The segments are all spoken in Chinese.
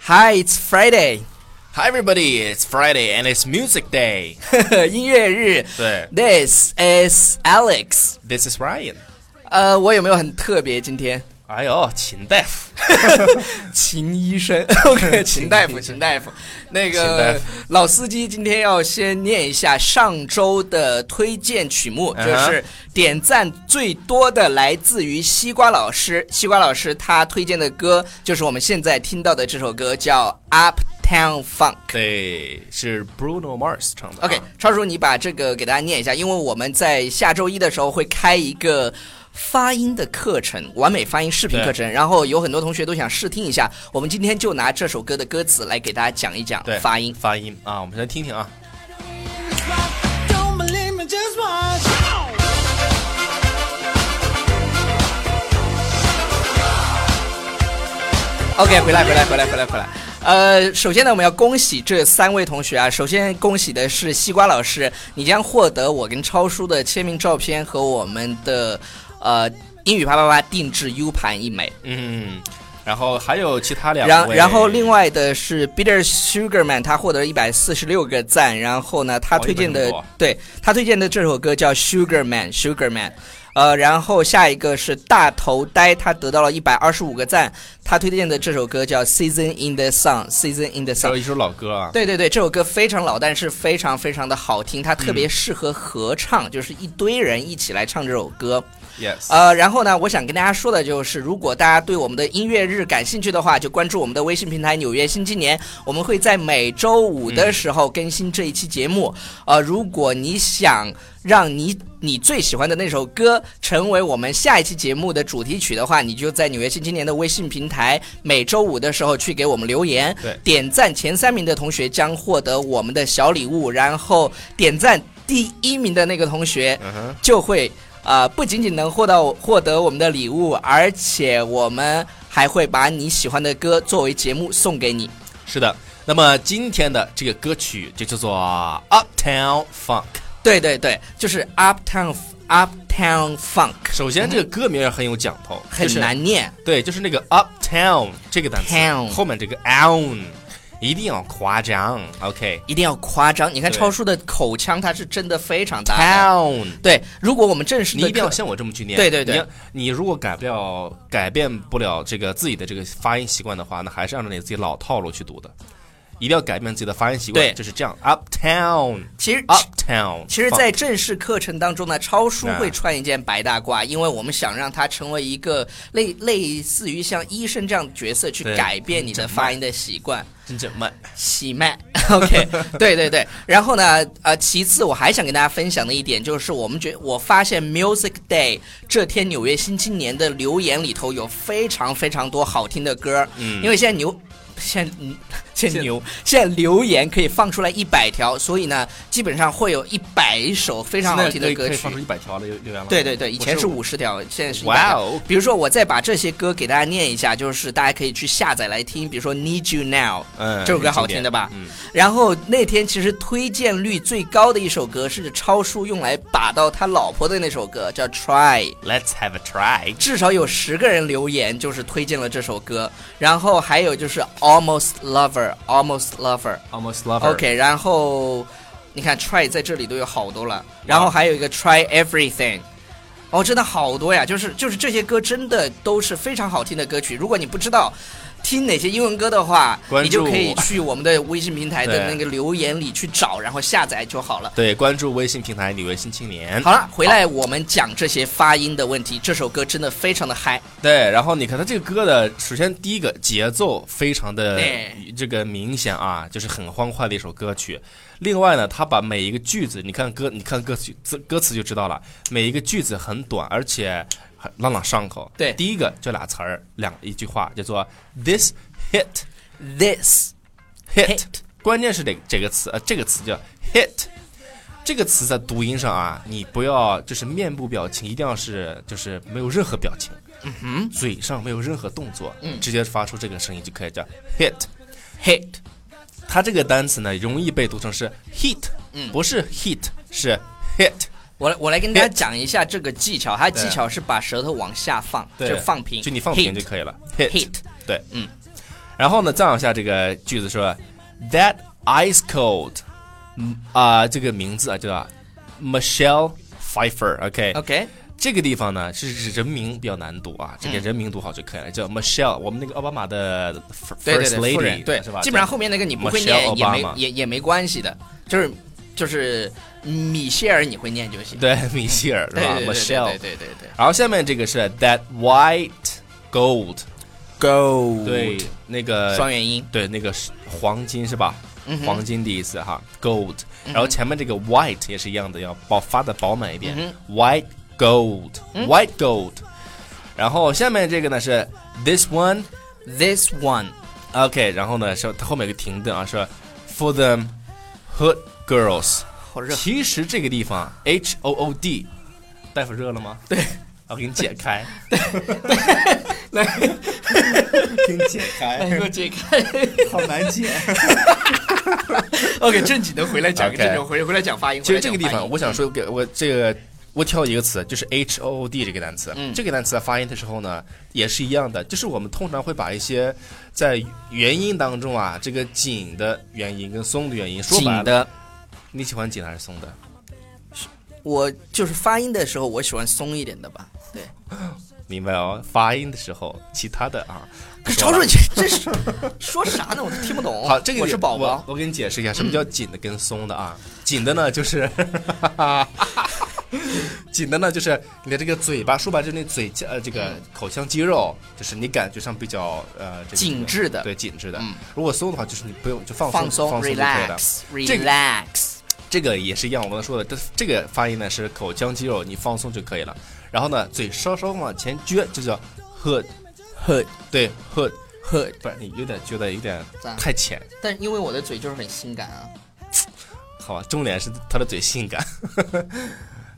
Hi, it's Friday， Hi everybody, it's Friday and it's music day. 音乐日。对，This is Alex。 This is Ryan. 呃，我有没有很特别？今天 哎呦，秦大 夫，秦医 生，OK，秦大夫，秦大夫，那秦大个夫老司机今天要先念一下上周的推荐曲目，就嗯哼是点赞最多的来自于西瓜老师。西瓜老师他推荐的歌就是我们现在听到的这首歌，叫《Uptown Funk》。对，是 Bruno Mars 唱的啊。 OK，超叔，你把这个给大家念一下，因为我们在下周一的时候会开一个。发音的课程，完美发音视频对课程，然后有很多同学都想试听一下。我们今天就拿这首歌的歌词来给大家讲一讲对，发音。发音啊，我们先听听啊。 Don't believe me, just watch. OK，回来，回来，回来，回来，回来。呃，首先呢，我们要恭喜这三位同学啊。首先恭喜的是西瓜老师，你将获得我跟超叔的签名照片和我们的呃英语啪啪啪定制 U 盘一枚。嗯，然后还有其他两然位，然后另外的是 Peter Sugarman，他获得一百四十六个赞。然后呢，他哦推荐的、 146对他推荐的这首歌叫 Sugarman Sugarman。呃，然后下一个是大头呆，他得到了一百二十五个赞。他推荐的这首歌叫 Season in the Sun Season in the 还有 Sun。一首老歌啊，对对对，这首歌非常老，但是非常非常的好听，它特嗯别适合合唱，就是一堆人一起来唱这首歌。 ，Yes，呃，然后呢，我想跟大家说的就是，如果大家对我们的音乐日感兴趣的话，就关注我们的微信平台《纽约新青年》，我们会在每周五的时候更新这一期节目。呃，如果你想让你你最喜欢的那首歌成为我们下一期节目的主题曲的话，你就在《纽约新青年》的微信平台每周五的时候去给我们留言对，点赞前三名的同学将获得我们的小礼物，然后点赞第一名的那个同学嗯哼，就会呃不仅仅能获到获得我们的礼物，而且我们还会把你喜欢的歌作为节目送给你。是的。那么今天的这个歌曲就叫做 Uptown Funk。对对对，就是 Uptown Uptown Funk，首先，这个歌名嗯很有讲头，很就是难念。对，就是那个 uptown 这个单词 Town 后面这个 own 一定要夸张，OK。一定要夸张，你看对超叔的口腔，它是真的非常大的。 town，对，如果我们正式你的一定要课像我这么去念。对对对你要，你如果改不了、改变不了这个自己的这个发音习惯的话，那还是按照你自己老套路去读的。一定要改变自己的发音习惯，对就是这样。Uptown，其实 uptown。其实，在正式课程当中呢，超叔嗯会穿一件白大褂，因为我们想让他成为一个类类似于像医生这样的角色，去对改变你的发音的习惯。真正慢，喜麦 ，OK，对对对。然后呢，呃，其次我还想跟大家分享的一点就是，我们觉我发现 Music Day 这天纽约新青年的留言里头有非常非常多好听的歌，嗯，因为现在牛。现在嗯现在牛，现在留言可以放出来一百条，所以呢，基本上会有一百首非常好听的现在可以歌可以曲放。出一百条了，留留言了。对对对，以前是我五十条，现在是100哇条。哦比如说，我再把这些歌给大家念一下，就是大家可以去下载来听。比如说《Need You Now》，嗯这首歌好听的吧？然后那天其实推荐率最高的一首歌是超叔用来把到他老婆的那首歌，叫《Try》。 Let's have a try。至少有十个人留言，就是推荐了这首歌。然后还有就是《Almost Lover》，《Almost Lover》。 Almost lover。 OK，然后你看 try 在这里都有好多了，然后还有一个 try everything。哦，真的好多呀！就是就是这些歌真的都是非常好听的歌曲。如果你不知道听哪些英文歌的话，关注你就可以去我们的微信平台的对那个留言里去找，然后下载就好了。对，关注微信平台“纽约新青年”。好了，回来我们讲这些发音的问题。这首歌真的非常的嗨，对，然后你看它这个歌的，首先第一个节奏非常的对这个明显啊，就是很欢快的一首歌曲。另外呢，它把每一个句子，你看歌，你看歌曲字歌词就知道了，每一个句子很短，而且很朗朗上口。对第一个就俩词儿，两一句话叫做 “this hit this hit”，关键是这这个词，呃，这个词叫 hit。这个词在读音上啊，你不要就是面部表情，一定要是就是没有任何表情，嗯哼，嘴上没有任何动作，嗯，直接发出这个声音就可以叫 hit。 hit 它这个单词呢，容易被读成是 heat，嗯，不是 heat，是 hit。我来我来跟大家讲一下这个技巧，它技巧是把舌头往下放，对就放平，就你放平 hit 就可以了。 hit 对，嗯。然后呢，再往下这个句子说，That ice cold，嗯啊、这个名字啊叫 Michelle Pfeiffer，OK，、 OK，这个地方呢是指人名比较难读啊，嗯这个人名读好就可以了，叫 Michelle，我们那个奥巴马的 fir- 对 First 对对，夫 Lady，人对是吧？基本上后面那个你不会 Michelle 念也没 Obama 也也没关系的，就是就是米歇尔你会念就行。对 米歇尔是对吧对对？Michelle，对对对对然后下面这个是 That white gold， ，Go 对，那个双元音，对，那个是黄金是吧？嗯哼嗯黄金的意思哈，gold。然后前面这个 white 也是一样的，要饱发的饱满一遍、嗯 w h i t e gold，white gold。然后下面这个呢是 this one，OK、 This one，然后呢是它后面有个停顿啊，说 for them hood girls。好热，其实这个地方 H O O D，大夫热了吗？对， 我给你解开，来给你解来开，给我解开。好难解。哎 OK，正经的回来讲 OK 正经回回来讲发音。其回来实讲这个地发方，音我想说给我这个我挑一个词，就是 H O O D 这个单词。嗯这个单词在发音的时候呢，也是一样的，就是我们通常会把一些在元音当中啊，这个紧的元音跟松的元音，说白紧了，的，你喜欢紧还是松的？我就是发音的时候，我喜欢松一点的吧。对，明白哦，发音的时候，其他的啊，可说潮了水这 这是说啥呢？我都听不懂。好，这个哦我是宝宝我。我给你解释一下，什么叫紧的跟松的啊？紧的呢，就是， 紧的呢，就是你的这个嘴巴，说白了就是那嘴腔呃这个口腔肌肉，就是你感觉上比较呃这个紧致的对紧致的嗯。如果松的话，就是你不用就放放松松放松就可以了。这个，relax，relax。这个也是一样，我刚才说的，这这个发音呢是口腔肌肉，你放松就可以了。然后呢，嘴稍稍往前撅，就叫 hood， Hood 对 hood， hood，不然你有点觉得有点咋太浅。但因为我的嘴就是很性感啊。好吧，重点是他的嘴性感。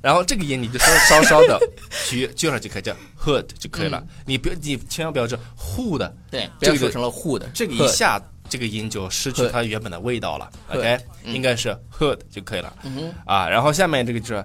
然后这个音你就稍稍稍的撅撅上去可以，叫 hood 就可以了。嗯你不要，你千万不要这 who 的，对，不要这个说成了 hood，这个一 hood 下这个音就失去 hood 它原本的味道了。 hood，嗯 OK，应该是 hood 就可以了哼。啊，然后下面这个就是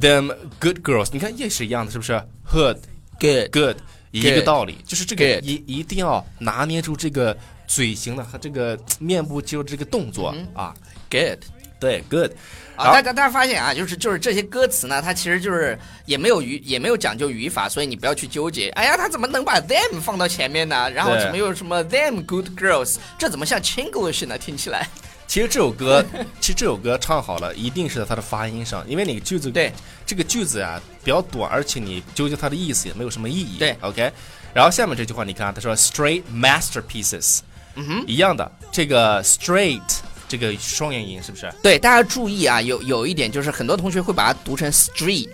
them good girls，你看也是一样的，是不是？hood good， good 一个 Good 道理，就是这个 Good 一一定要拿捏住这个嘴型的和这个面部肌肉这个动作啊。 good。对，good 嗯啊，然后大家大家发现啊，就是就是这些歌词呢，它其实就是也没有语也没有讲究语法，所以你不要去纠结。哎呀，他怎么能把 them 放到前面呢？然后对怎么又什么 them good girls，这怎么像 Chinglish 呢？听起来其实这首歌， 其实这首歌唱好了，一定是在它的发音上，因为你句子对这个句子啊比较短，而且你究竟它的意思也没有什么意义。对，OK。然后下面这句话，你看啊，他说 “straight masterpieces”，嗯哼，一样的，这个 “straight” 这个双元音是不是？对，大家注意啊，有有一点就是很多同学会把它读成 street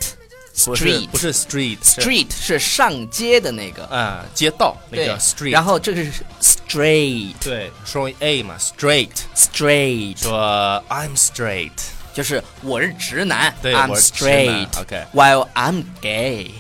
不是 street 不是 “street” 是 street 是上街的那个，啊、街道那对个 “street”，然后后这个是 straight 对双元 a 嘛，“straight” straight 说 “I'm straight”，就是我是直男对，I'm 我是直男 straight。 OK While I'm gay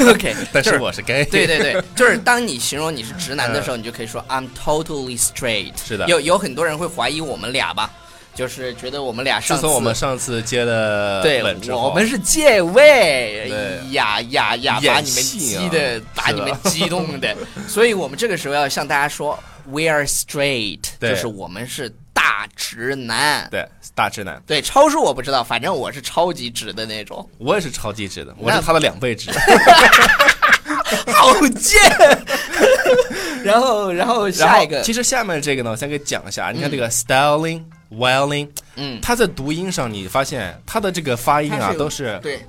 ，OK，但就是是我是 gay，嗯对对对，就是当你形容你是直男的时候，你就可以说 I'm totally straight。是的有有很多人会怀疑我们俩吧，就是觉得我们俩上次自从我们上次接了对吻之，后我们是借位哎对，呀呀呀，演把你们戏激啊的，把是你的们激动 的，所以我们这个时候要向大家说，We are straight，对就是我们是大直男。对大直男。对，超叔我不知道，反正我是超级直的那种，我也是超级直的，我那是他的两倍直。好贱。 然后，然后 然下后一个，其实下面这个呢，我先给讲一下。你看这个 styling、welling，嗯它在读音上，你发现它的这个发音它啊，是有都是对，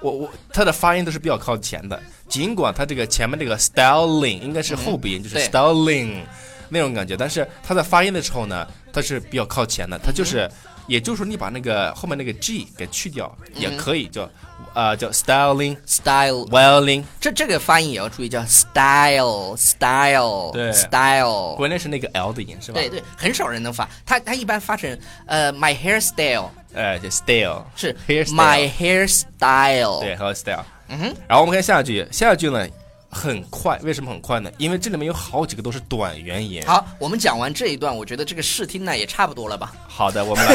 我我它的发音都是比较靠前的。尽管它这个前面这个 styling 应该是后鼻音，就是对 styling 那种感觉，但是它在发音的时候呢，它是比较靠前的，它嗯就是。也就是说，你把那个后面那个 g 给去掉，也嗯可以叫，呃，叫 styling、 style welling，这这个发音也要注意，叫 style style 对 style，关键是那个 l 的音是吧？对对，很少人能发，他他一般发成呃 my hairstyle 呃，就 style 是 hairstyle my hairstyle，对，还有 style。嗯哼，然后我们看下一句，下一句呢很快，为什么很快呢？因为这里面有好几个都是短元音。好，我们讲完这一段，我觉得这个试听呢也差不多了吧， 好的，我们来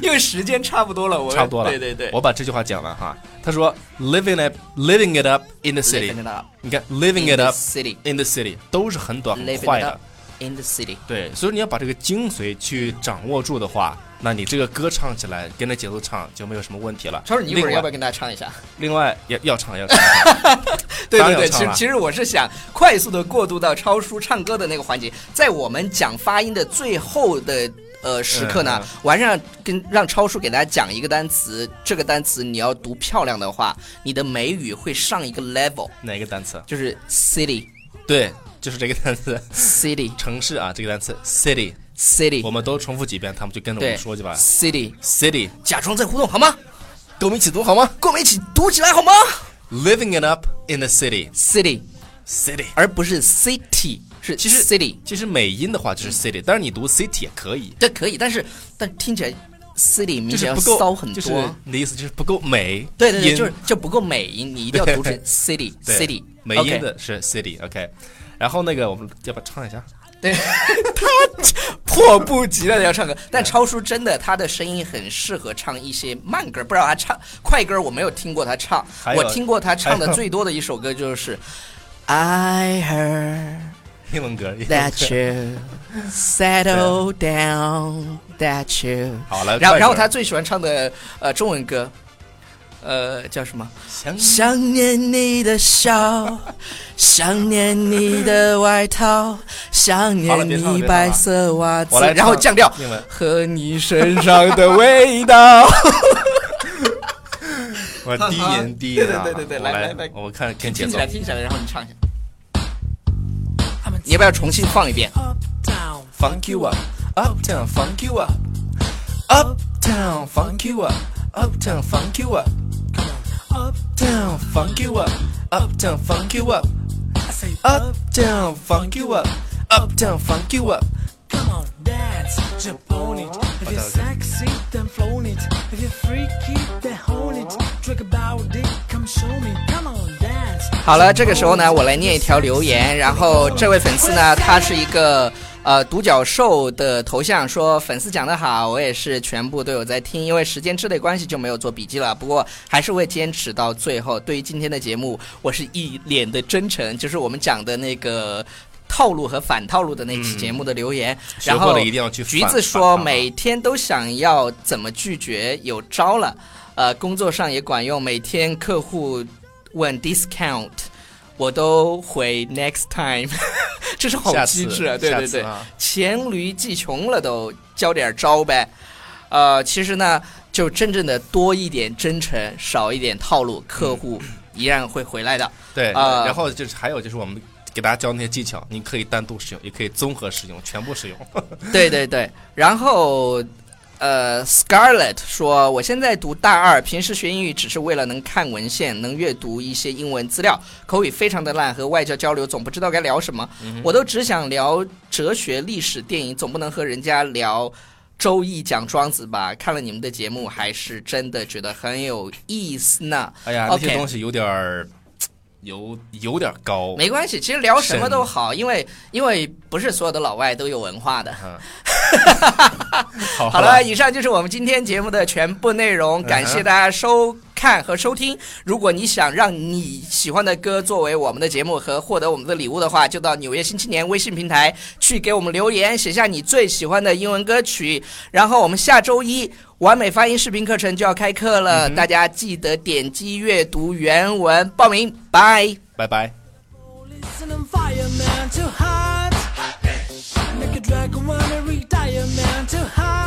因为时间差不多了，我差不多了。对对对，我把这句话讲完哈。他说，living it living it up in the city， Living it up 你看 living it in the up city in the city 都是很短很 living 快 it 的 up。 in the city。对，所以你要把这个精髓去掌握住的话，那你这个歌唱起来跟着节奏唱就没有什么问题了。超市，你一会儿另外要不要跟大家唱一下？另外要要唱要 唱，对当对然对，有其唱啊实了其实我是想快速的过渡到超叔唱歌的那个环节，在我们讲发音的最后的呃时刻呢，嗯嗯我还是让跟让超叔给大家讲一个单词，这个单词你要读漂亮的话，你的美语会上一个 level，哪个单词？就是 city 对，就是这个单词， city 城市啊，这个单词 city，我 city，们都重复几遍，他们就跟着我对，们说去吧。 city， City，假装在互动好吗？跟我们一起读好吗跟我们一起读起来好吗？Living it up in the city，city。 ？city，而不是 city，是其实 city，其实美音的话就是 city，但是你读 city 也可以，这可以，但是但听起来 city 明就显是要不够骚很多。就是你的意思就是不够美音。对对对，就是就不够美音，你一定要读成 city 对 city 美音。的是 city，OK、然后那个我们要不要唱一下？ 对，他迫不及待的要唱歌， 但超叔真的他的声音很适合唱一些慢歌，不知道他唱快歌我没有听过他唱，还有我听过他唱的还有最多的一首歌就是。I heard 英文歌。英 文歌 that you settle down, that you 好了，然后呃快然后点他最喜欢唱的呃中文歌，呃叫什么？想想念你的笑，想念你的外套，想好了念别唱了你别唱了白色袜子我来，然后唱降调，英文和你身上的味 道。我低音低音啊， 对对对对我来来来来我看看节听起奏。啊来，听起来，然后你唱一下。你要不要重新放一遍？ Funk you up, uptown, funk you up, uptown, funk you up, uptown, funk you up, uptown, funk you up, uptown, funk you up, uptown, funk you up, uptown, funk you up. Come on, dance, jump on it. If you're sexy, then flown it. If you're freaky, then hone it. Drink about it, come show me. Come on, dance. 好了，这个时候呢，我来念一条留言。然后这位粉丝呢，他是一个呃独角兽的头像，说粉丝讲得好，我也是全部都有在听，因为时间之类关系就没有做笔记了。不过还是会坚持到最后。对于今天的节目，我是一脸的真诚，就是我们讲的那个。套路和反套路的那期节目的留言，嗯学然过后了一定要去橘反子反说反啊每天都想要怎么拒绝，有招了。呃，工作上也管用，每天客户问 discount，我都回 next time，这是 好下机次智啊！对下对次对，啊黔驴技穷了都，教点招呗。呃，其实呢，就真正的多一点真诚，少一点套路，客户嗯依然会回来的。对，啊然后就是还有就是我们给大家教那些技巧，你可以单独使用，也可以综合使用，全部 使用。对对对，然后。呃，Scarlett 说，我现在读大二，平时学英语只是为了能看文献，能阅读一些英文资料，口语非常的烂，和外教交流总不知道该聊什么。我都只想聊哲学、历史、电影，总不能和人家聊《周易》讲庄子吧？看了你们的节目，还是真的觉得很有意思呢。哎呀，那 OK 些东西有点儿，有有点儿高。没关系，其实聊什么都好，因为因为不是所有的老外都有文化的。好好嗯了，，以上就是我们今天节目的全部内容，感谢大家收看和收听。如果你想让你喜欢的歌作为我们的节目和获得我们的礼物的话，就到纽约新青年微信平台去给我们留言，写下你最喜欢的英文歌曲。然后我们下周一。完美发音视频课程就要开课了，大家记得点击阅读原文报名，拜。拜拜。 Listen and fireman too hot. Make a dragon wanna retire, man too hot.